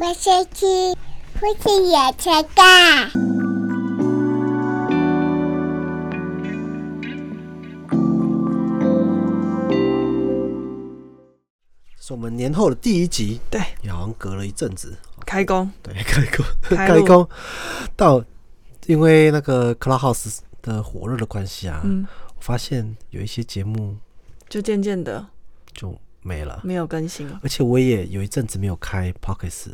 我先去，父亲也才干。是我们年后的第一集，对，也好像隔了一阵子，哦开工，对， 开工，开开录工到，因为那个 Clubhouse 的火热的关系啊，嗯，我发现有一些节目就渐渐的就没了，没有 更新了。而且我也有一阵子没有开 Pockets，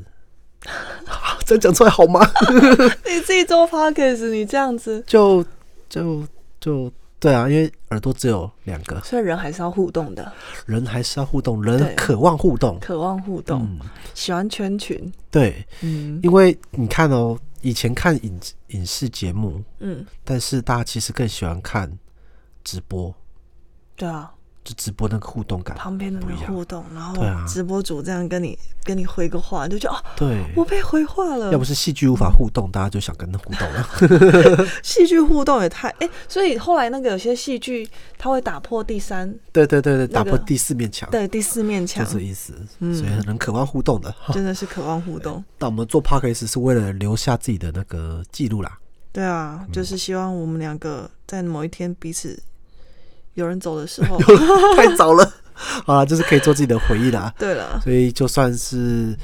啊 这样讲出来好吗？ 你自己做 podcast，你这样子，就就就对啊，因为耳朵只有两个，所以人还是要互动的，人还是要互动，人对渴望互动，渴望互动，嗯，喜欢圈群，对，嗯因为你看哦，以前看影影视节目，嗯，但是大家其实更喜欢看直播，对啊，就直播那个互动感。旁边的不人一样互动，然后对啊直播主这样跟你跟你回个话，你就觉得哦，对，我被回话了要。不是戏剧无法互动，大家就想跟他互动了。嗯戏剧互动也太哎、所以后来那个有些戏剧它会打破第三 对对对对，那打个破第四面墙，对第四面墙啊就，哦这意思。嗯所以很渴望互动的。真的是渴望互动。那我们做 p a c k a g e 是为了留下自己的那个记录啦。 对啊，嗯就是希望我们两个在某一天彼此有人走的时 候，太早了， 好啦，就是可以做自己的回忆啦。对了，所以就算是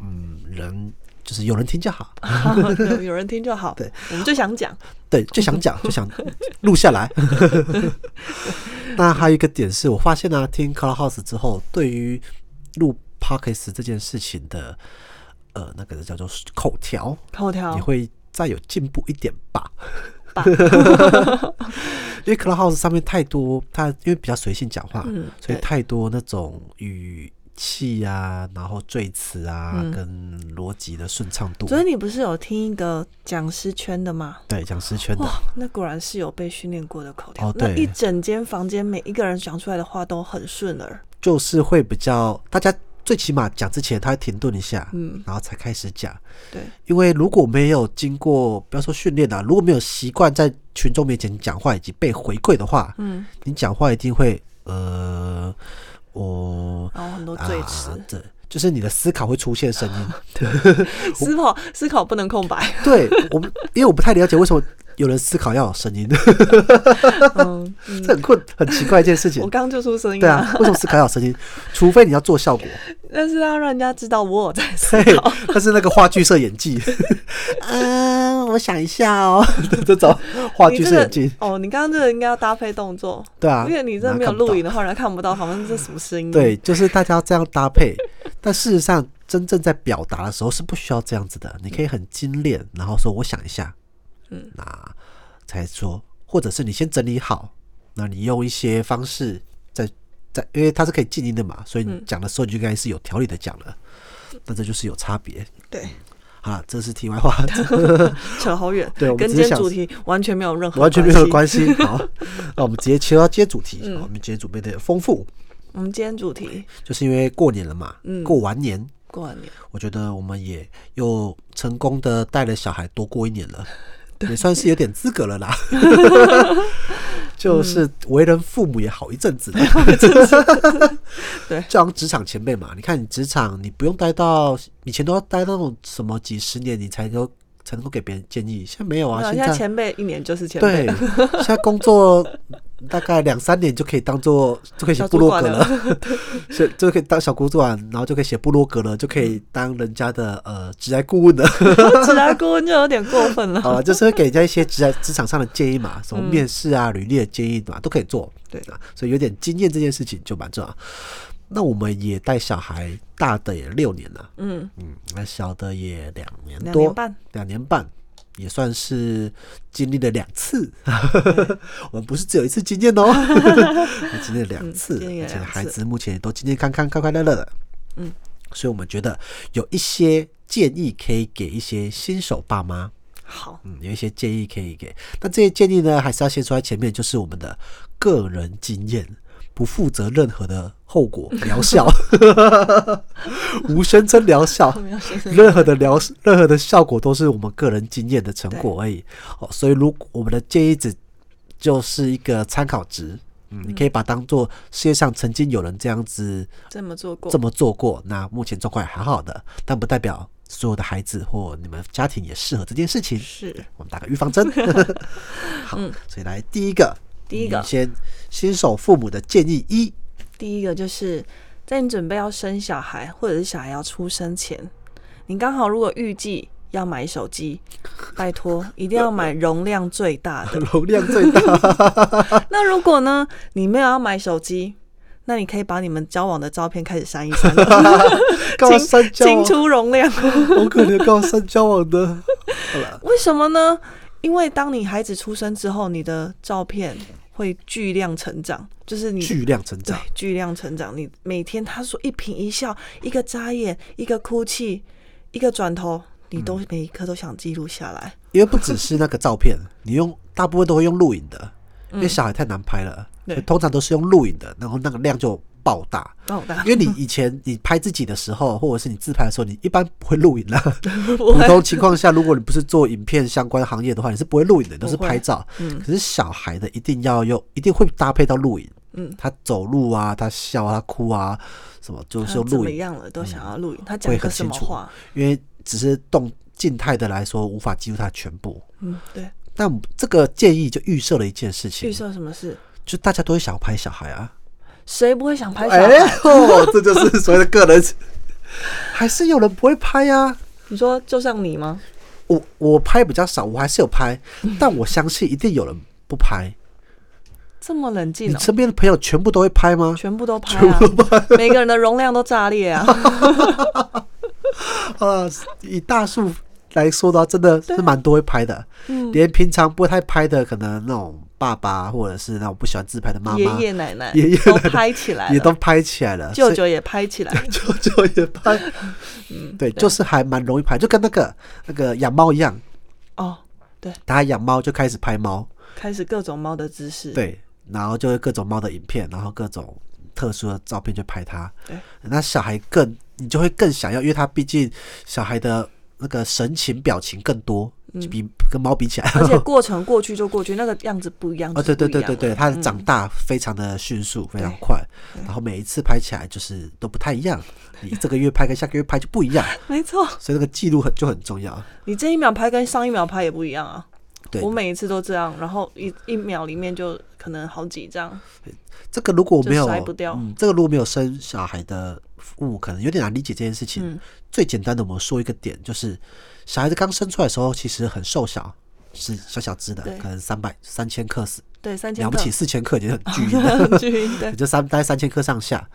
嗯，人就是有人听就好，啊 对有人听就好。对，我们就想讲，对，就想讲，就想录下 来。 那还有一个点是我发现呢、啊听 Clubhouse 之后，对于录 Podcast 这件事情的呃那个叫做口条，口条也会再有进步一点吧。哦吧 因为 Clubhouse 上面太多，它因为比较随性讲话，嗯啊所以对太多那种语气啊，然后赘词啊，嗯跟逻辑的顺畅度。昨天你不是有听一个讲师圈的吗？对，讲师圈的哇，那果然是有被训练过的口条。哦那对一整间房间每一个人讲出来的话都很顺耳。就是会比较，大家最起码讲之前，他会停顿一下，嗯，然后才开始讲。对，因为如果没有经过，不要说训练啦、啊如果没有习惯在群众面前讲话以及被回馈的话，嗯，你讲话一定会呃，我然后很多哦最词啊，，对，就是你的思考会出现声音。 思考思考不能 空白。对我不，因为我不太了解为什么有人思考要有声音，嗯，嗯 这很困很奇怪一件事情我。刚就出声音对啊，为什么思考要有声音？除非你要做效果，但是要让人家知道我有在 思对考。，他是那个话剧社演 技。呃嗯，我想一下哦， 这种话你剧这社个演技，哦，你刚刚这个应该要搭配动作，对啊，因为你这没哪有看不到录影的话，人家看不到，好像这什么声音？对，，就是大家要这样搭配。但事实上，真正在表达的时候是不需要这样子的，你可以很精炼，然后说我想一下，嗯，那才说，或者是你先整理好，那你用一些方式再再，因为它是可以静音的嘛，所以你嗯讲的时候你就应该是有条理的讲了，那这就是有差别。对，好啦，这是题外话， 扯好远，对我们跟只今是天想主题完全没有任何 完全没有系。关系。好，那我们直接切到接主题，嗯好我们今天准备的丰富，我们今天主题就是因为过年了嘛，嗯过完年过完年，我觉得我们也又成功的带了小孩多过一年 了，也算是有点资格了 啦。就是为人父母也嗯 好一阵子了，对就像职场前辈嘛，你看你职场，你不用待到以前都要待到那种什么几十年，你才能够才能够给别人建议，现在没有啊，那现现在在前辈一年就是前对，辈 了，现在工作大概两三年就可以当做就可以写小部主落管格了了， 是就可以当小工作啊，然后就可以写部落格了，就可以当人家的呃职业顾 问的，指来顾问就有点过分了。好了，就是会给人家一些职业职场上的建议嘛，什么嗯面试啊、履历的建议嘛，都可以做。对啊，所以有点经验这件事情就蛮重要。那我们也带小孩，大的也六年了，嗯，嗯，那小的也两年两多年，半，两年半，也算是经历了两次。 我们不是只有一次经验 哦，还经历了两次，嗯经历了而且两次孩子目前也都健健康康、快快乐乐的。嗯，所以我们觉得有一些建议可以给一些新手爸妈，好，嗯，有一些建议可以给。那这些建议呢，还是要先说在前面，就是我们的个人经验，不负责任何的后果疗 效，无声称疗效。没有先生任何的疗，任何的效果都是我们个人经验的成果而已。哦，所以如果我们的建议只就是一个参考值，嗯，你可以把它当做世界上曾经有人这样子这么做过这，么做过，那目前状况也还好的，但不代表所有的孩子或你们家庭也适合这件事情。是嗯我们打个预防 针。好，所以来第一个，第一个你先新手父母的建议一，第一个就是在你准备要生小孩或者是小孩要出生前，你刚好如果预计要买手机，拜托一定要买容量最大 的。容量最 大。那如果呢，你没有要买手机，那你可以把你们交往的照片开始删一 删了，干嘛清删交清往？除容量。好可怜，干嘛删交往的？为什么呢？因为当你孩子出生之后，你的照片会巨量成长， 就是你巨量成对长，巨量成长。你每天他说一颦一笑，一个眨眼，一个哭泣，一个转头，你嗯都每一刻都想记录下来。因为不只是那个照片，你用大部分都会用录影的，因为小孩太难拍了，嗯对所以通常都是用录影的，然后那个量就爆大。哦，大因为你以前你拍自己的时候，或者是你自拍的时候，你一般不会录影啦。 不普会通情况下，如果你不是做影片相关行业的话，你是不会录影的，都是不会嗯拍照。可是小孩的一定要用，一定会搭配到录影。嗯，他走路啊，他笑啊，他哭啊，什么就是他用怎录么影，嗯样了都想要录影，他讲会个很什清么楚话？。因为只是动静态的来说，无法记录他全部。嗯，对，但我们这个建议就预设了一件事情预，设什么事？就大家都会想要拍小孩啊。谁不会想拍小哎孩？呦， 这就是所谓的个人，还是有人不会拍呀、啊。你说就像你吗？我我拍比较少，我还是有拍，但我相信一定有人不拍。这么冷静你哦、身边的朋友全部都会拍吗？全部都拍啊，每个人的容量都炸裂啊！啊，以大数来说的话，真的是蛮多会拍的。嗯连平常不太拍的，可能那种爸爸或者是那种不喜欢自拍的 妈爷妈，爷奶奶爷爷都奶奶拍起来了，也都拍起来了。舅啊所以舅也拍起来了，舅舅也拍，嗯嗯对，就是还蛮容易拍，就跟那个那个养猫一样， 哦，对，大家养猫就开始拍猫，开始各种猫的姿势，，对，然后就会各种猫的影片，然后各种特殊的照片去拍它。对，那小孩更你就会更想要，因为他毕竟小孩的那个神情表情更多，就比跟猫比起来，嗯而且过程过去就过去，那个样子不一样，哦，对对对对对，它的长大非常的迅速，非常快，然后每一次拍起来就是都不太一 样，你这个月拍跟下个月拍就不一样，没错，所以那个记录很就很重要。你这一秒拍跟上一秒拍也不一样啊。对我，每一次都这样，然后一一秒里面就可能好几张，这个如果我就没有甩不掉嗯，这个如果没有生小孩的父母，可能有点难理解这件事情。嗯最简单的，我们说一个点，就是小孩子刚生出来的时候，其实很瘦小，是小小只的对，可能三百三千克死，对，三千了不起四千克已经很巨了，克， 巨婴对也，就三大概三千克上下。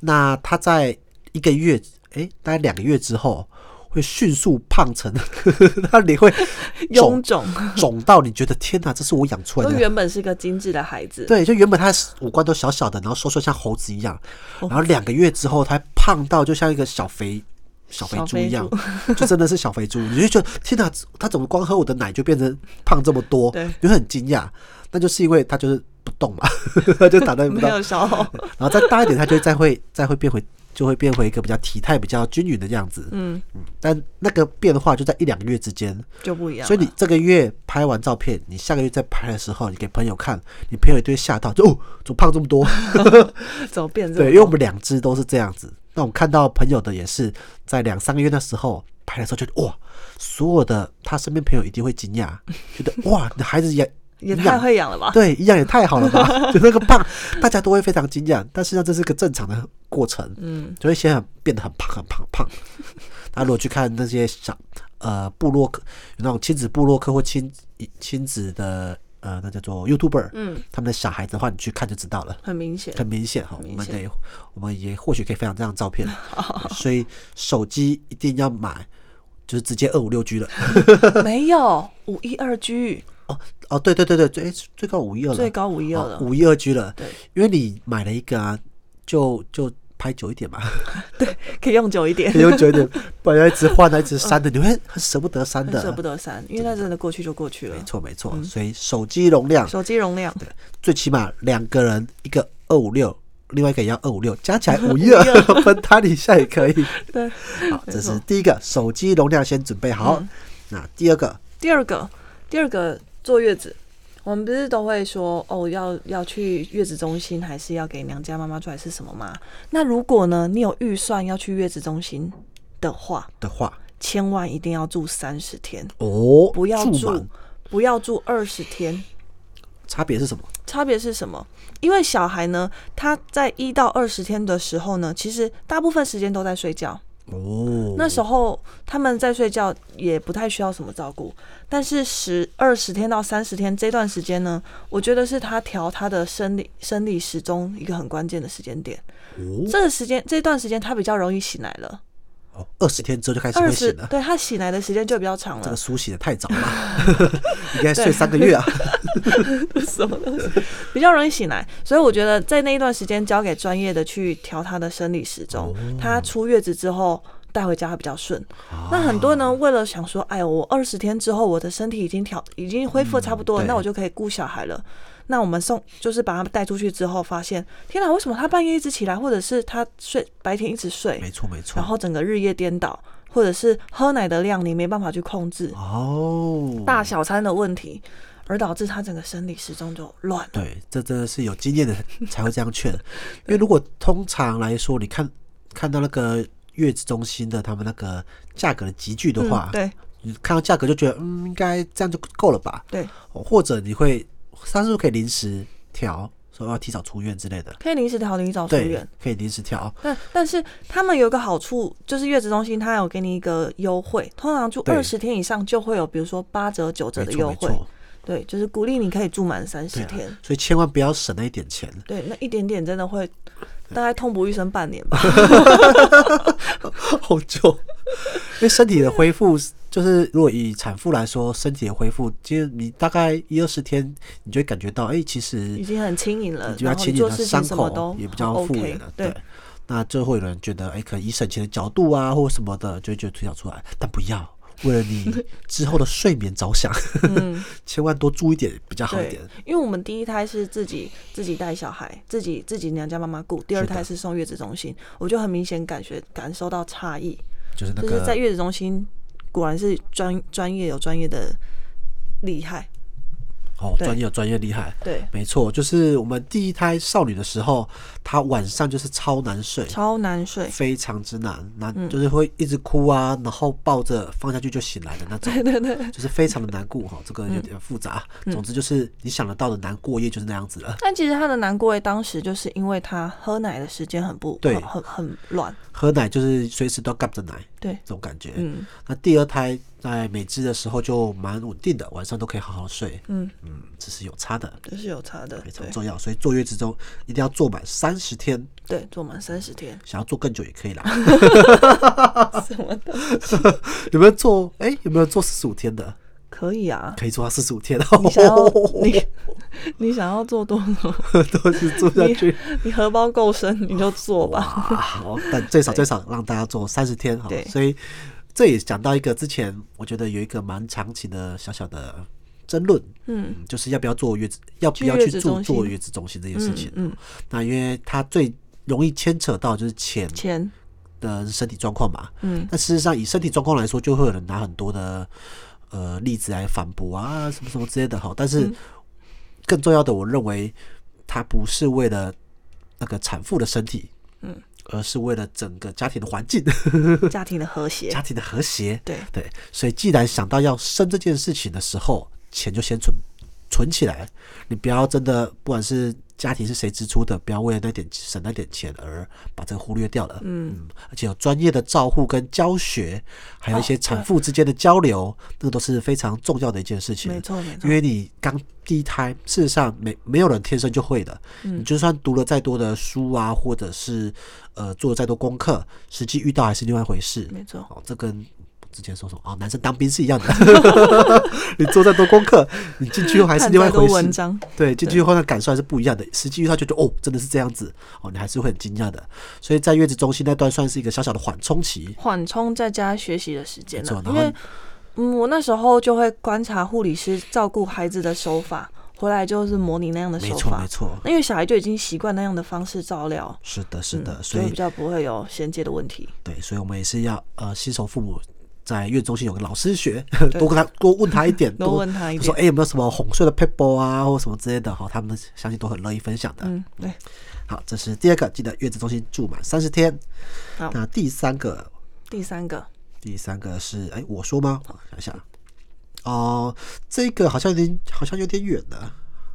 那他在一个月，诶，大概两个月之后，会迅速胖成， 他脸会 臃肿肿，肿到你觉得天哪，这是我养出来都的原本是个精致的孩子，对，就原本他五官都小小的，然后瘦瘦像猴子一样，哦然后两个月之后，他胖到就像一个小肥小肥小猪肥一样，就真的是小肥 猪。你就觉得天哪，他怎么光喝我的奶就变成胖这么多？对你会很惊讶。那就是因为他就是不动嘛，他就打断不没到，有小猴，然后再大一点，他就会再会再会变回就会变回一个比较体态比较均匀的样子。嗯，嗯，但那个变化就在一两个月之间。就不一样了。啊所以你这个月拍完照片，你下个月再拍的时候，你给朋友看，你朋友一定会吓到，就哦，怎么胖这么 多？怎么变这么对，因为我们两只都是这样子。那我看到朋友的也是在两三个月那时候拍的时候就，哇，所有的他身边朋友一定会惊讶，觉得哇，你的孩子也 也一太样，会养了吧？ 对，一样也太好了吧？ 就那个胖，大家都会非常惊讶。但实际上这是个正常的过程，嗯，就会先很变得很胖很胖很胖。 那如果去看那些小呃部落客，有那种亲子部落客或亲亲子的呃，那叫做 YouTuber，嗯，他们的小孩子的话，你去看就知道了。很 明显，很明显哈，我明们显哦得，我们也或许可以分享这张照片， 对所以手机一定要买，就是直接二五六 G 了。没有五一二 G 哦哦，对对对对，最最高五一二了，最高五一二了，五一二 G 了对，因为你买了一个啊，就就拍久一点 嘛，可以用久 一点，有久一点，本来一直换啊的，一直删的，你会很舍不得删嗯很舍不的。得删，因为那真的过去就过去了没。错没错，所以手机容量手机容量最起码两个人一个二五六，另外一个也要二五六，加 起来五一二分摊一下也可以。对，好，这没是错嗯第一个，手机容量先准备好。那第二个，第二个，第二个坐月子，我们不是都会说哦，要要去月子中心，还是要给娘家妈妈住，还是什么吗？那如果呢，你有预算要去月子中心的话，的话，千万一定要住三十天，哦，不要住住满，不要住二十天。差别是什么？差别是什么？因为小孩呢，他在一到二十天的时候呢，其实大部分时间都在睡觉。哦，那时候他们在睡觉，也不太需要什么照顾。但是十二十天到三十天这段时间呢，我觉得是他调他的生理生理时钟一个很关键的时间点。哦这个时间这段时间他比较容易醒来了，哦，二十天之后就开始二会十醒了。对他醒来的时间就比较长这了个。苏醒的太早了， 应该睡三个月啊。什么东西，比较容易醒来。所以我觉得在那一段时间交给专业的去调他的生理时哦钟，他出月子之后。带回家会比较顺。啊那很多人为了想说，哎，我二十天之后我的身体已经调已经恢复得差不多嗯了，对那我就可以顾小孩了。那我们送就是把他带出去之后，发现天哪，为什么他半夜一直起来，或者是他睡白天一直 睡，没错没错然。后整个日夜颠倒，或者是喝奶的量你没办法去控制，哦，大小餐的问题，而导致他整个生理时钟就乱了。对，这真的是有经验的才会这样劝，因为如果通常来说，你看看到那个月子中心的他们那个价格的集聚的话嗯，，对你看到价格就觉得嗯，应该这样就够了吧？对，哦或者你会，他是不是可以临时调，说要提早出院之类的？可以临时调临哦早出对院。，可以临时调。但但是他们有一个好处，就是月子中心它有给你一个优惠，通常住对二十天以上就会有，比如说八折、九折没的错优没惠。错，对，就是鼓励你可以住满三对十啊天。，所以千万不要省那一点钱。对，那一点点真的会大概痛不欲生半年吧。 好久， 因为身体的恢复，就是如果以产妇来说，身体的恢复，其实你大概一二十天，你就会感觉到，哎、其实已经很轻盈了你，就要呃然后清理你做了事伤情什么都口，也比较复 OK 原了。对，那就会有人觉得，哎、可能以省钱的角度啊，或什么的，就会觉得推导出来，但不要。为了你之后的睡眠着想， 嗯，千万多注意点比较好一对点。，因为我们第一胎是自己自己带小孩，自己自己娘家妈妈顾，第二是的胎是送月子中心，我就很明显感觉感受到差异。就是那就是个在月子中心，果然是专专业有专业的厉害。哦，对专业有专业厉害，对，没错，就是我们第一胎少女的时候，她晚上就是超难睡，超难睡。非常之难，那嗯就是会一直哭啊，然后抱着放下去就醒来的那种， 对对对。嗯就是非常的难过哈。这个有点复杂，总之就是你想得到的难过夜就是那样子了。但其实他的难过，当时就是因为他喝奶的时间很不对很很很乱。喝奶就是随时都要 gap 着奶对，这种感觉。嗯那第二胎在美姿的时候就蛮稳定的，晚上都可以好好睡，嗯，嗯，这是有差的，这是有差的。非常对重要。所以坐月子中一定要坐满三十天，对，做满三十天，想要坐更久也可以啦。 啊什么的 有没有坐？哎、有没有坐四十五天的？可以啊。可以做到四十五天，哦你想要你你想要做多少？ 都是做下去。你荷包够深你就做吧。哇，好，但最少最少让大家做三十天哈对，所以这也讲到一个之前我觉得有一个蛮长期的小小的争论，嗯，就是要不要做月子，要不去要月去子住中心坐月子中心这件事情嗯。嗯，那因为它最容易牵扯到就是钱钱的身体状况嘛，嗯但事实上以身体状况来说，就会有人拿很多的呃例子来反驳啊，什么什么之类的哈。但嗯是更重要的，我认为它不是为了那个产妇的身体，嗯，而是为了整个家庭的环境、 家庭的和谐家。庭的和谐。对对，所以既然想到要生这件事情的时候，钱就先存存起来，你不要真的不管是家庭是谁支出的，不要为了那点省那点钱而把这个忽略掉了。嗯，而且有专业的照护跟教学，还有一些产妇之间的交流，那个都是非常重要的一件事情。没错没错因。为你刚第一胎，事实上没没有人天生就会的。嗯你就算读了再多的书啊，或者是呃做了再多功课，实际遇到还是另外一回事。没错哦，这跟之前说什么哦，男生当兵是一样 的。 你做再多功课，你进去后还是看另外再一多回文事。章，对，进去后的感受还是不一样的。实际遇到就觉得哦，真的是这样子哦，你还是会很惊讶的。所以在月子中心那段算是一个小小的缓冲期。缓冲在家学习的时间没了错，因然后为嗯，我那时候就会观察护理师照顾孩子的手法，回来就是模拟那样的没手错法没。错，那因为小孩就已经习惯那样的方式照料，是的是的，嗯所就以啊比较不会有衔接的问题。对，所以我们也是要呃，新手父母在月子中心有个老师学， 多跟他多问他一点， 多问他一点说哎、诶有没有什么哄睡的 people 啊，或什么之类的哈，他们相信都很乐意分享的。嗯，对，好，这是第二个，记得月子中心住满三十天。好那第三个第三个第三个是，哎，我说吗？我想一下，哦、这个好像有点，好像有点远了。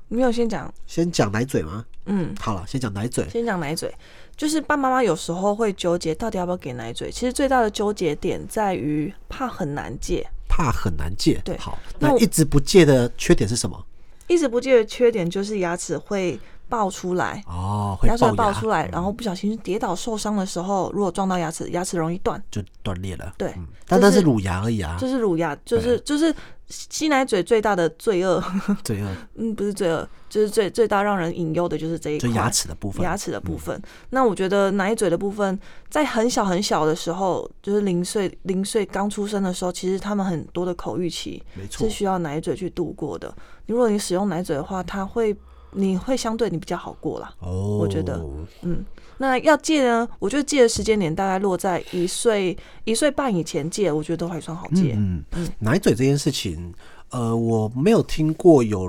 没有先讲，先讲奶嘴吗？嗯，好了，先讲奶嘴。先讲奶嘴，就是爸妈妈有时候会纠结到底要不要给奶嘴，其实最大的纠结点在于怕很难戒。怕很难戒。对好，那那我一直不戒的缺点是什么？一直不戒的缺点就是牙齿会爆出来，哦，会牙齿龅会牙，嗯爆出来，然后不小心跌倒受伤的时候，如果撞到牙齿，牙齿容易断。就断裂了。对嗯，但这那是是乳牙而已啊就。是乳牙，就是就是吸奶嘴最大的罪恶， 对，嗯，不是罪恶，就是最最大让人引诱的就是这一就块牙齿的部分。嗯牙齿的部分。那我觉得奶嘴的部分，在很小很小的时候，就是零岁零岁刚出生的时候，其实他们很多的口欲期没错是。需要奶嘴去度过的。如果你使用奶嘴的话，它会你会相对你比较好过啦。哦，我觉得嗯，那要戒呢？我觉得戒的时间点大概落在一岁一岁半以前戒，我觉得都还算好戒。嗯，奶嘴这件事情，呃，我没有听过有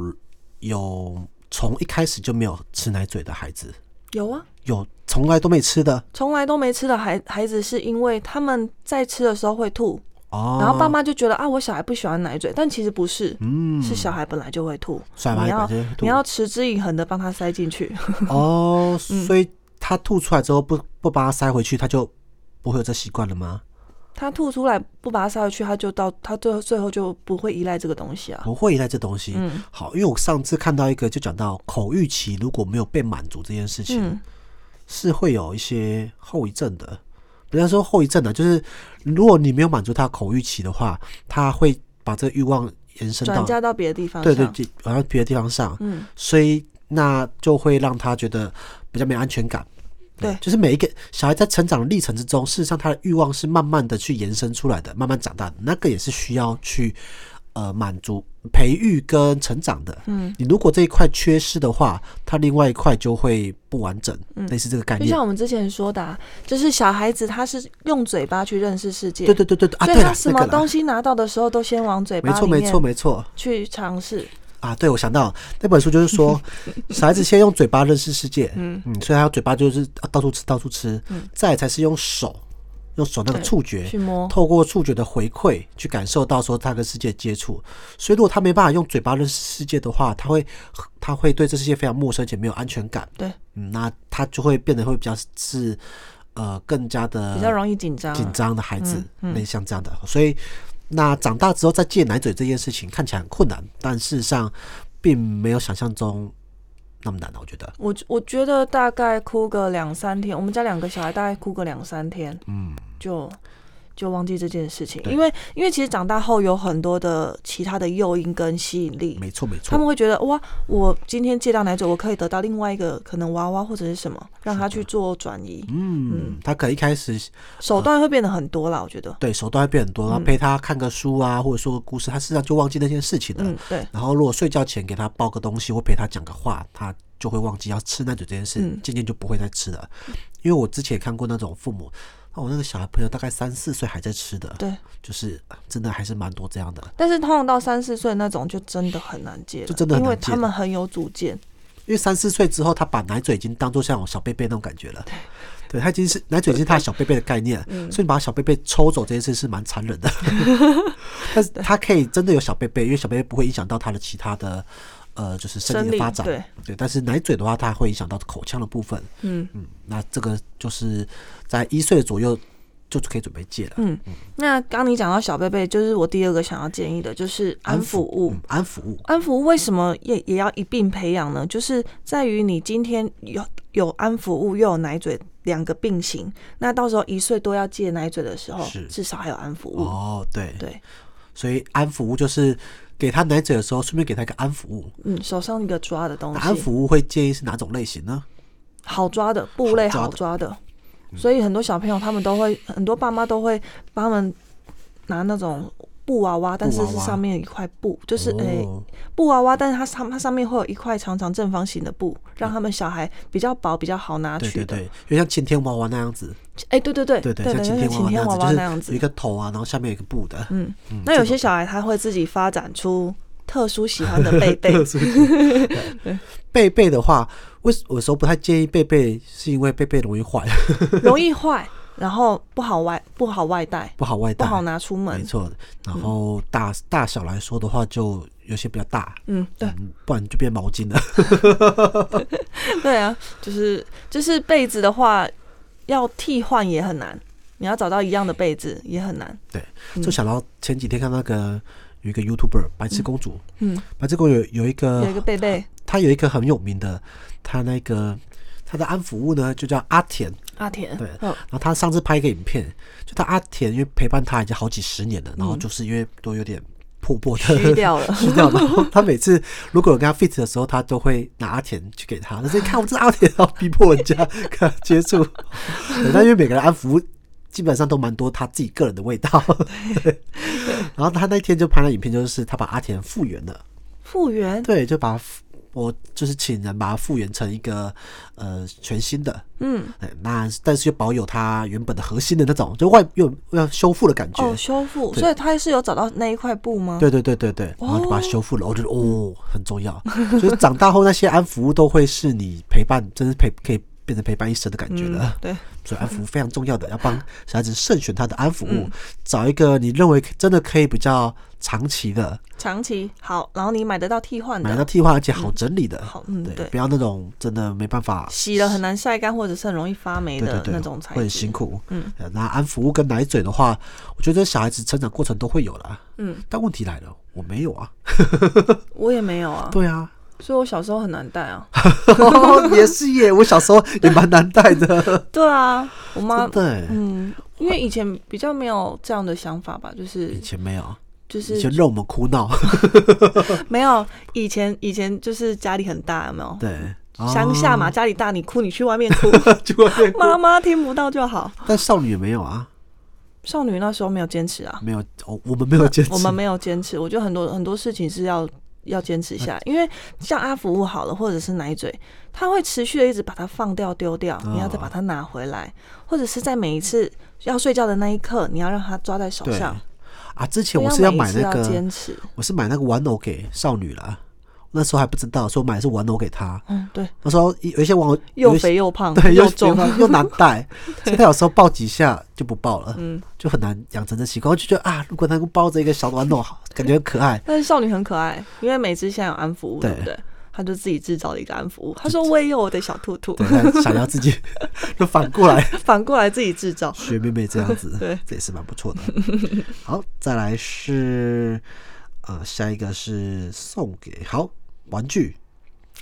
有从一开始就没有吃奶嘴的孩子，有啊，有从来都没吃的从来都没吃的孩孩子，是因为他们在吃的时候会吐，哦。然后爸妈就觉得啊，我小孩不喜欢奶嘴，但其实不是，嗯，是小孩本来就会吐，小孩你要本来就会吐你要持之以恒的帮他塞进去， 哦， 嗯所以他吐出来之后不不把它塞回去，他就不会有这习惯了吗？他吐出来不把它塞回去，他就到他最后最后就不会依赖这个东西啊。不会依赖这东西。嗯好，因为我上次看到一个就讲到口欲期如果没有被满足这件事情，嗯，是会有一些后遗症的。不要说后遗症的，就是如果你没有满足他口欲期的话，他会把这个欲望延伸转到嫁到别的地方对对上，对，然后别的地方上，嗯，所以那就会让他觉得比较没有安全感。对就是每一个小孩在成长的历程之中，事实上他的欲望是慢慢的去延伸出来的，慢慢长大的，那个也是需要去呃满足、培育跟成长的。嗯，你如果这一块缺失的话，他另外一块就会不完整，嗯类似这个概就念像。我们之前说的、啊，就是小孩子他是用嘴巴去认识世界，对对对对对啊，所对以了他，什那么个啦东西拿到的时候都先往嘴没巴错里没错面没错去尝试，啊！对，我想到那本书就是 说，小孩子先用嘴巴认识世界，嗯所以他嘴巴就是啊到处吃到处吃，再来才是用手，用手那个嗯对触觉去摸。透过触觉的回馈去感受到说他跟世界接触，所以如果他没办法用嘴巴认识世界的话，他会他会对这世界非常陌生而且没有安全感。对，嗯，那他就会变得会比较是呃更加的比较容易紧张啊，嗯紧张的孩子，类似像这样的，所以那长大之后再戒奶嘴这件事情看起来很困难，但事实上并没有想象中那么难啊，我觉得。我我觉得大概哭个两三天，我们家两个小孩大概哭个两三天，嗯，就就忘记这件事情，对因为因为其实长大后有很多的其他的诱因跟吸引力，没错，没他们错，会觉得哇，我今天戒掉奶嘴，我可以得到另外一个可能娃娃或者是什么，让他去做转移，嗯，他可能一开始手段会变得很多啦，我觉得，对手段会变很多，然后嗯陪他看个书啊，或者说个故事，他事实上就忘记那件事情了嗯。，对，然后如果睡觉前给他抱个东西或陪他讲个话，他就会忘记要吃奶嘴这件事，嗯渐渐就不会再吃了。因为我之前也看过那种父母，那我那个小孩朋友大概三四岁还在吃的，对，就是呃真的还是蛮多这样的。但是通常到三四岁那种就真的很难戒了，就真的很因为难戒他们很有主见，因为三四岁之后，他把奶嘴已经当做像我小贝贝那种感觉了。对，他已经是奶嘴已经是他的小贝贝的概念，嗯所以你把小贝贝抽走这件事是蛮残 忍的。但是他可以真的有小贝贝，因为小贝贝不会影响到他的其他的呃，就是生生理理的发展。对但是奶嘴的话，它会影响到口腔的部分。嗯。嗯，那这个就是在一岁左右就可以准备戒了。嗯，那刚你讲到小贝贝，就是我第二个想要建议的，就是安抚物。嗯安抚物，安抚物为什么也也要一并培养呢？就是在于你今天有有安抚物又有奶嘴两个并行，那到时候一岁多要戒奶嘴的时候是，至少还有安抚物。哦，对，对，所以安抚物就是给他奶嘴的时候，顺便给他一个安抚物。嗯，手上一个抓的东那西，安抚物会建议是哪种类型呢？好抓的部类好好抓嗯抓的，所以很多小朋友他们都会，很多爸妈都会帮他们拿那种布娃娃，但是布是娃娃上面有一块布，就是哦诶、布娃娃，但是它上它上面会有一块长长正方形的布，让他们小孩比较薄比较好拿对哎取对的。对，就像晴天娃娃那样子，哎、对对对对对像对，晴像天晴娃天娃娃娃那那样样子，就是有子一。个头啊，然后下面有一个布的， 嗯，那有些小孩他会自己发展出特殊喜欢的贝 贝，贝贝的话，为什我有时候不太建议贝贝，是因为贝贝容易坏， 容易坏。然后不好外不好外带，不好外不带，好拿嗯出没门。错。然后大大小来说的话，就有些比较大，嗯，对嗯，不然就变毛巾了。 对啊，就是就是被子的话，要替换也很难，你要找到一样的被子也很难。就想到前几天看那个有一个 YouTuber 白痴公主，嗯嗯，白痴公主有有一有一个个，被被她有一个很有名的，她那个她的安抚物呢就叫阿田，阿田，对 嗯然后她上次拍一个影片，就她阿田因为陪伴她已经好几十年了，然后就是因为都有点破破的，嗯虚掉了虚掉。然后她每次如果有跟她 fit 的时候，她都会拿阿田去给她，但是你看我这阿田，然后逼迫人家跟她接触， 对但因为每个人安抚物基本上都蛮多她自己个人的味道。 然后她那天就拍了影片，就是她把阿田复原了。复原，对，就把它复我就是请人把它复原成一个呃全新的，嗯，哎那但是又保有它原本的核心的那种，就外又要修复的感觉。哦，修复，对所以他是有找到那一块布吗？对对对对对，哦然后就把它修复了，我觉得哦很重要， 就是长大后那些安抚物都会是你陪伴，真是陪可以变成陪伴一生的感觉嗯，了。对，所以安抚物非常重要的，要帮小孩子慎选他的安抚嗯物，找一个你认为真的可以比较长期的，长期好，然后你买得到替换买到的，替换而且好整理的，好嗯对不要那种真的没办法洗了很难晒干，或者是很容易发霉对对的对，那种材会很质辛苦。嗯呃，那安抚物跟奶嘴的话，我觉得小孩子成长过程都会有啦。嗯，但问题来了，我没有啊。我也没有啊，对啊，所以我小时候很难带 啊。也是 耶，我小时候也蛮难带的。对啊，我妈真，的耶，嗯，因为以前比较没有这样的想法吧，就是以前没有，就以前是让我们哭闹。没有以前以前就是家里很大，有没有？ 对， 乡下嘛，家里大，你哭你去外面 哭，哦，就外面哭 妈妈听不到就好。但少女也没有啊，少女那时候没有坚持啊，没有，哦，我们没有坚持。 我们没有坚持，我觉得很多很多事情是要要坚持下来，因为像阿福物好了，或者是奶嘴，它会持续的一直把它放掉丢掉，哦你要再把它拿回来，或者是在每一次要睡觉的那一刻，你要让它抓在手对上，啊，之前不我是要每买一次那要个，坚持。我是买那个玩偶给少女啦。那时候还不知道，所以我买的是玩偶给她。嗯，对，那时候有一些玩偶，又有一些肥又胖对，又重肥，胖又难 带，所以他有时候抱几下就不抱了，嗯，就很难养成这习惯。我就觉得啊，如果能够抱着一个小玩偶，好感觉很可爱。但是少女很可爱，因为每只现在有安抚物，对对不对？她就自己制造了一个安抚 物，她说我也有我的小兔兔，对，他想要自己 就反过来 反过来自己制造。学妹妹这样子，对，这也是蛮不 错的。好，再来是呃，下一个是送给好玩具，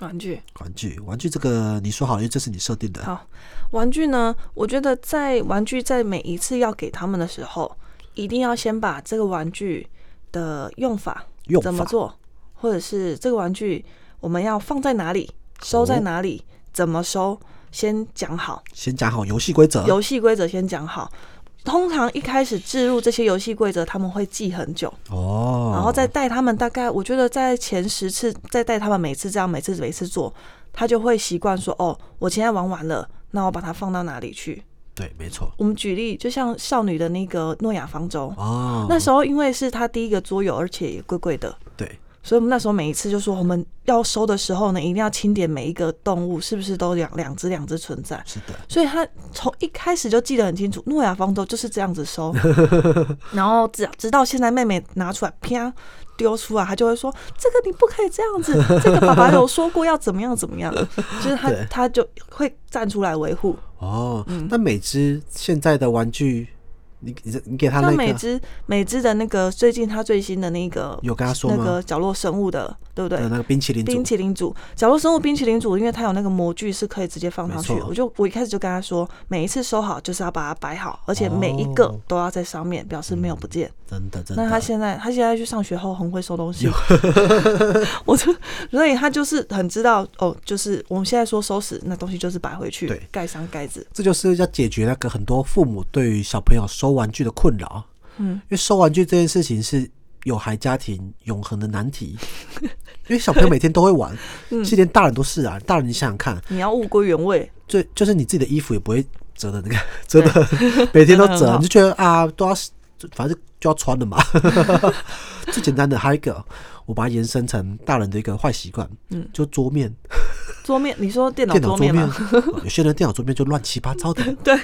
玩具，玩具，玩具这个你说好了，因为这是你设定的，好，玩具呢？我觉得在玩具在每一次要给他们的时候，一定要先把这个玩具的用法用法怎么做，或者是这个玩具我们要放在哪里，收在哪里，嗯怎么收，先讲好。先讲好游戏规则，游戏规则先讲好。通常一开始置入这些游戏规则，他们会记很久，哦，然后再带他们大概，我觉得在前十次再带他们每次这样，每次每次做，他就会习惯说：“哦，我现在玩完了，那我把它放到哪里去？”对，没错，我们举例，就像少女的那个诺亚方舟，哦，那时候因为是她第一个桌游，而且也贵贵的，对，所以我们那时候每一次就说，我们要收的时候呢，一定要清点每一个动物是不是都两两只两只存在。是的，所以他从一开始就记得很清楚，诺亚方舟就是这样子 收，然后直直到现在妹妹拿出来，啪丢出来，他就会说这个你不可以这样 子，这个爸爸有说过要怎么样怎么样，就是他对他就会站出来维护。哦，嗯那每只现在的玩具，你你你给他那像美个芝美芝的那个最近他最新的那个有跟他说那吗？个角落生物的，对不对呃，？那个冰淇淋组冰淇淋组角落生物冰淇淋组，因为它有那个模具是可以直接放上去没的。错我就我一开始就跟他说，每一次收好就是要把它摆好，而且每一个哦嗯都要在上面，表示没有不见。真的真的，那他现在他现在去上学后很会 收东西， 我就所以他就是很知道哦，就是我们现在说收拾，那东西就是摆回去对，盖上盖子。这就是要解决那个很多父母对于小朋友收玩具的困扰。嗯，因为收玩具这件事情是有孩家庭永恒的难 题，因为小朋友每天都会玩，嗯其实连大人都是啊。大人你想想看，你要物归原位，最就是你自己的衣服也不会折的那 个折的，每天都折得很折，好你就觉得啊，都要反正就要穿的嘛。 最简单的还有一个，我把它延伸成大人的一个坏习惯，嗯就桌面，桌面，你说电脑电脑桌桌面啊面哦吗？，有些人电脑桌面就乱七八糟 的。对，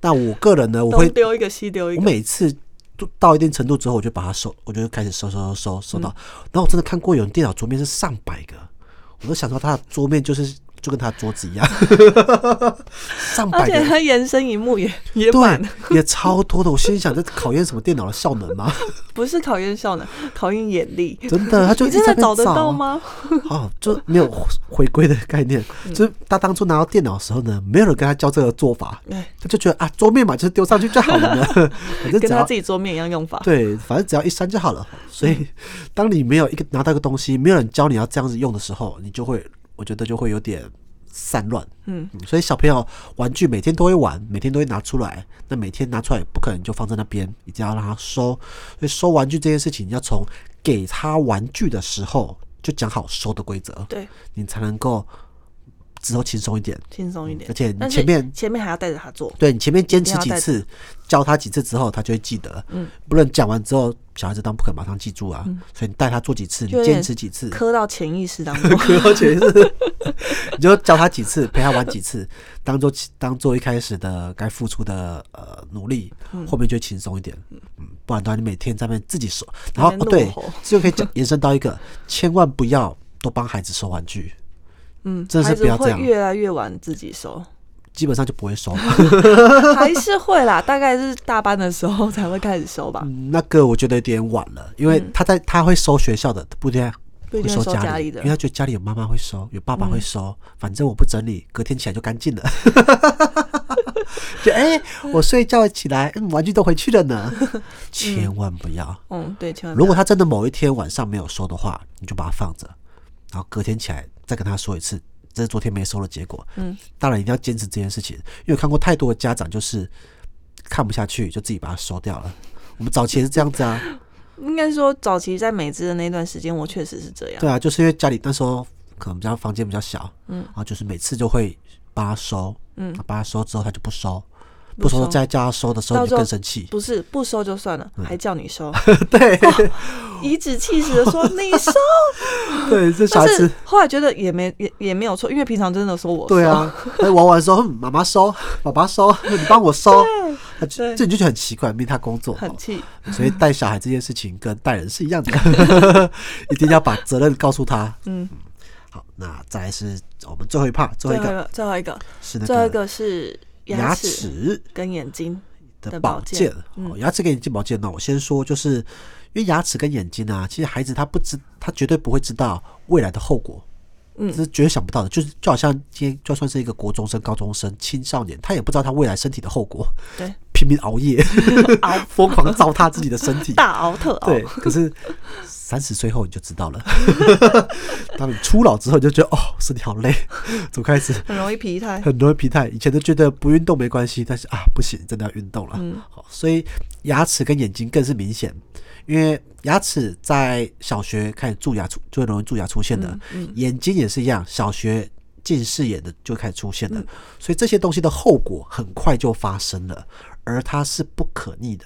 那我个人呢，我会东丢一个西丢一我个，每次都到一定程度之后，我就把它收，我就开始收收收收收嗯到。然后我真的看过有人电脑桌面是上百个，我都想说他的桌面就是就跟他的桌子一样， 上而百且个。它延伸一幕也也满了，对，啊也超多的。我心里想，这考验什么电脑的效能吗？不是考验效能，考验眼力。真的，他就你一直真在的那边找得找到啊吗？哦，就没有回归的概念。嗯就是他当初拿到电脑的时候呢，没有人跟他教这个做法，哎他就觉得啊，桌面嘛，就是 丢上去就好了呢，反正只跟要他自己桌面一样用法。 对，反正只要一删就好了。所以，当你没有一个拿到一个东西，没有人教你要这样子用的时候，你就会，我觉得就会有点散乱。嗯，所以小朋友玩具每天都会玩，每天都会拿出来，那每天拿出来也不可能就放在那边，一定要让他收。所以收玩具这件事情，要从给他玩具的时候就讲好收的规则，对，你才能够之后轻松一点。轻松一点。而且你但是前面前面还要带着他做，对你前面坚持一定几要带次，教他几次之后，他就会记得。嗯，不然讲完之后，小孩子当然不肯马上记住啊。所以你带他做几次，你嗯就有坚点持几次， 磕到潜意识当中。而且是你就教他几次，陪他玩几 次，当做当做一开始的该付出的呃努力，后面就会轻松一点。嗯，不然的话，你每天在那边自己收，然后哦每天对怒吼，这就可以讲延伸到一个，千万不要都帮孩子收玩具，嗯，真的是孩不子要这会样越来越晚自己收，基本上就不会收。 还是会啦，大概是大班的时候才会开始收吧，嗯那个我觉得有点晚了，因为嗯他在他会收学校的，不对，不一会定收收家里里的嗯因为他觉得家里有妈妈会收，有爸爸会收，反正我不整理，隔天起来就干净了。 就哎、我睡觉起来，嗯，玩具都回去了呢。 千万不要，嗯，对，千万不如要果他真的某一天晚上没有收的话，你就把它放着，然后隔天起来再跟他说一次，这是昨天没收的结果。嗯，当然一定要坚持这件事情，因为我看过太多的家长就是看不下去，就自己把它收掉了。我们早期也是这样子啊，应该说早期在美资的那段时间，我确实是这样，对啊，就是因为家里那时候可能比较房间比较小，嗯，然后就是每次就会帮他收，嗯，帮他收之后他就不收，不不收收再叫他收的时候到你时就候更生气，不是不收就算了，嗯还叫 你收，对哦颐指气使的说你收， 对， 这小孩但是子。后来觉得也没也也没有错，因为平常真的说我收，对啊，他玩完说 嗯妈妈收，爸爸收， 你帮我收，他就对这你就觉得很奇怪，命他工作，哦很气，所以带小孩这件事情跟带人是一样的， 一定要把责任告诉他。嗯，好，那再来是我们最后一 part，最后最一后一个个最后一个是那最后一个个是牙牙齿齿跟眼睛，的的保保健健。嗯哦，牙齿跟眼睛保健呢，我先说，就是因为牙齿跟眼睛啊，其实孩子他不知，他绝对不会知道未来的后果。嗯这是绝对想不到的，就是就好像今天就算是一个国中生、高中生、青少年，他也不知道他未来身体的后果，对，拼命熬夜， 熬疯狂糟蹋自己的身体，大熬特熬，对，可是三十岁后你就知道了。 当你初老之后，你就觉得哦，身体好累，总开始很容易疲态。很多人疲态。以前都觉得不运动没关系，但是啊，不行，真的要运动了。嗯好，所以牙齿跟眼睛更是明显，因为牙齿在小学开始蛀牙出，就会容易蛀牙出现的，嗯眼睛也是一样，小学。近视眼的就开始出现嗯了，所以这些东西的后果很快就发生了，而它是不可逆的。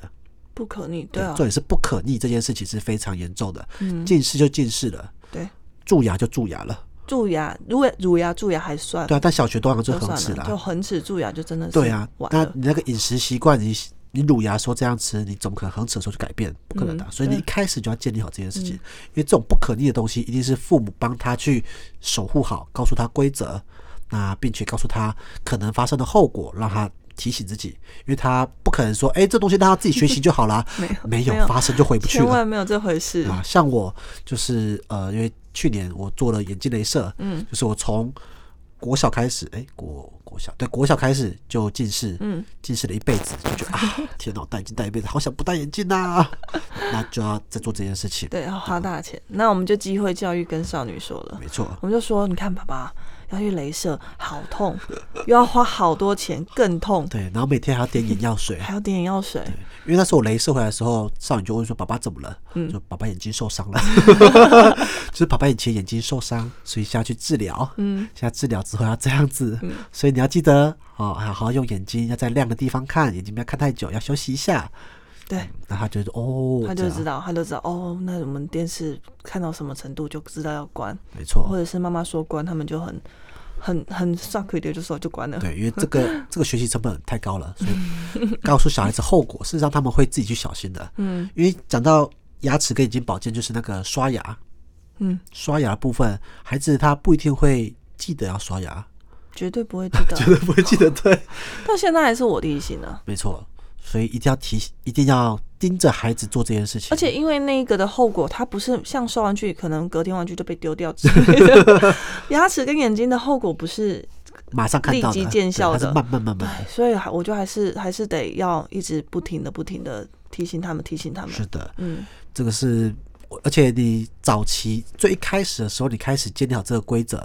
不可逆，对啊嗯重，点是不可逆这件事情是非常严重的。近视就近视了，对，蛀牙就蛀牙了，蛀牙，如果乳牙蛀牙还算，对啊。但小学都好像就就恒齿算了，就啦，恒齿蛀牙就真的是对啊。完那了， 你那个饮食习惯，你你乳牙说这样吃，你怎么可能恒齿的时候就改变？不可能的、啊嗯所以你一对嗯开始就要建立好这件事情，因为这种不可逆的东西，一定是父母帮他去守护好，告诉他规则，那并且告诉他可能发生的后果，让他。提醒自己，因为他不可能说，哎、这东西让他自己学习就好 啦，没没有有发生就回不去千了。万没有这回事，啊，像我就是呃，因为去年我做了眼睛镭射，嗯，就是我从国小开始，哎、国国小对国小开始就近视，嗯，近视了一辈子，就觉得 啊，天哪，我戴眼镜戴一辈子，好想不戴眼镜呐、 那就要再做这件事情，对，要花大钱。那我们就机会教育跟少女说了，没错，我们就说，你看爸爸要去镭射，好痛，又要花好多钱，更痛，。对，然后每天还要点眼药水还要点眼药水，因为那时候我镭射回来的时候，少女就问说：“爸爸怎么了？”嗯就爸爸眼睛受 伤了，就是爸爸以前眼睛受伤，所以现在去治疗。嗯，现在治疗之后要这样子，嗯所以你要记得哦，好好用眼睛，要在亮的地方看，眼睛不要看太久，要休息一下。对。那他就说：“哦，他这就样知道，他就知道哦。那我们电视看到什么程度就知道要关，没错，或者是妈妈说关，他们就很很很 shock 的，就说就关了。对，因为这 个这个学习成本太高了，所以告诉小孩子后果，事实上他们会自己去小心的。嗯，因为讲到牙齿跟眼睛保健，就是那个刷牙，嗯，刷牙的部分，孩子他不一定会记得要刷牙，绝对不会 知道绝， 对不会记得，对，到现在还是我第一性啊呢。没错。所以一定要提，一定要盯着孩子做这件事情。而且因为那个的后果，它不是像收玩具，可能隔天玩具就被丢掉之类的。 牙齿跟眼睛的后果不是，马上看到的，立即见效对它是的慢慢慢慢的。所以还我就还是还是得要一直不停的不停的提醒他们，提醒他们。是的，嗯，这个是，而且你早期最一开始的时候，你开始建立好这个规则，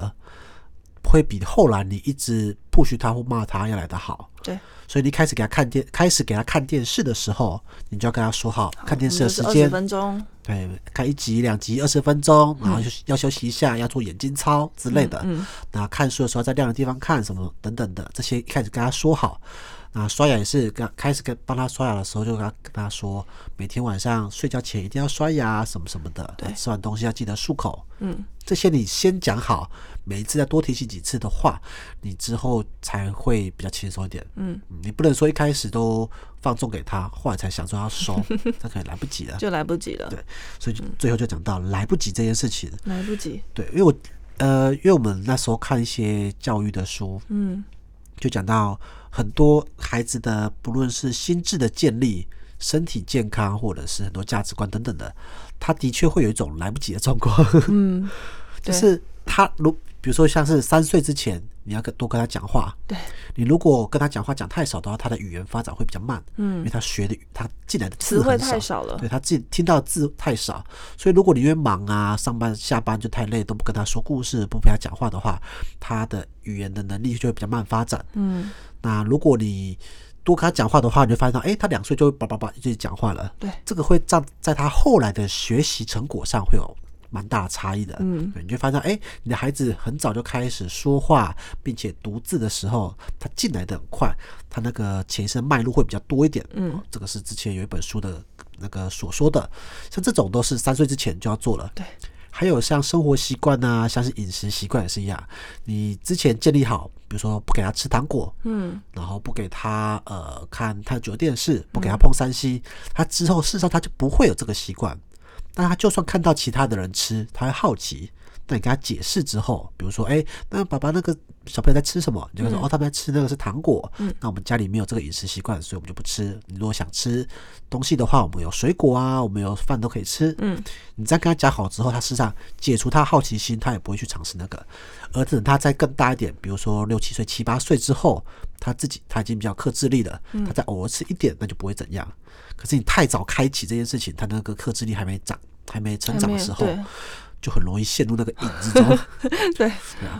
会比后来你一直 push 他或骂他要来的好。对，所以你一开始给他看电，开始给他看电视的时候，你就要跟他说好，看电视的时二十间，分钟，对，看一集、两集、二十分钟，然后休息要休息一下，要做眼睛操之类的。嗯嗯嗯那看书的时候在亮的地方看什么等等的，这些一开始跟他说好。那刷牙也是跟他开始跟帮他刷牙的时候，就跟他跟他说，每天晚上睡觉前一定要刷牙什么什么的，对吃完东西要记得漱口。嗯，这些你先讲好，每一次再多提醒几次的话，你之后才会比较轻松一点。嗯，你不能说一开始都放纵给他，后来才想说要收， 那可能来不及了。就来不及了，对，所以嗯就最后就讲到来不及这件事情。来不及。对，因为我呃，因为我们那时候看一些教育的书，嗯，就讲到很多孩子的不论是心智的建立、身体健康，或者是很多价值观等等的，他的确会有一种来不及的状 况。嗯，就对是他如比如说像是三岁之前，你要跟多跟他讲话，对，你如果跟他讲话讲太少的话，他的语言发展会比较慢，嗯因为他学的他进来的词字汇很太少了对他自己听到的字太少，所以如果你因为忙啊、上班下班就太累，都不跟他说故事，不陪他讲话的话，他的语言的能力就会比较慢发展。嗯，那如果你多跟他讲话的话，你就发现到，哎、他两岁就会叭叭叭就讲话了。对这个会在在他后来的学习成果上会有蛮大的差异的。嗯对，你就发现到，哎、你的孩子很早就开始说话，并且读字的时候，他进来的很快，他那个前身脉络会比较多一点。嗯哦，这个是之前有一本书的那个所说的，像这种都是三岁之前就要做了。对。还有像生活习惯啊，像是饮食习惯也是一样，你之前建立好，比如说不给他吃糖果，嗯，然后不给他呃看太久的电视，不给他碰三 C，、他之后事实上他就不会有这个习惯。但他就算看到其他的人吃，他会好奇。那你跟他解释之后，比如说，哎、那爸爸那个小朋友在吃什么？你就会说，哦，他们在吃那个是糖果。那我们家里没有这个饮食习惯，所以我们就不吃。你如果想吃东西的话，我们有水果啊，我们有饭都可以吃。嗯，你这样跟他讲好之后，他事实上解除他好奇心，他也不会去尝试那个。而等他再更大一点，比如说六七岁、七八岁之后，他自己他已经比较克制力了，他再偶尔吃一点，那就不会怎样。可是你太早开启这件事情，他那个克制力还没长，还没成长的时候，对就很容易陷入那个瘾之中。 对，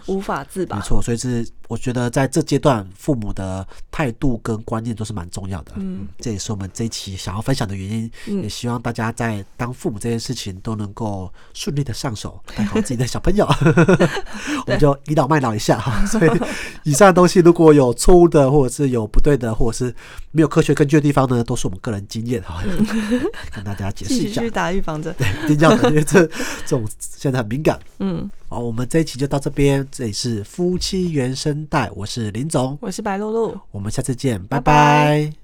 无法自拔没。错，所以是我觉得在这阶段，父母的态度跟观念都是蛮重要的。嗯，这也是我们这一期想要分享的原因，嗯也希望大家在当父母这件事情都能够顺利的上手，带好自己的小朋友。 我们就倚老卖老一下哈。所以 以上的东西如果有错误的，或者是有不对的，或者是没有科学根据的地方呢，都是我们个人经验哈，跟大家解释 嗯继一下续。打预防针。一定要的，因为这这种现在很敏感。嗯，好，我们这一期就到这边，这里是夫妻原声带，我是林总，我是白露露。我们下次见，拜拜拜拜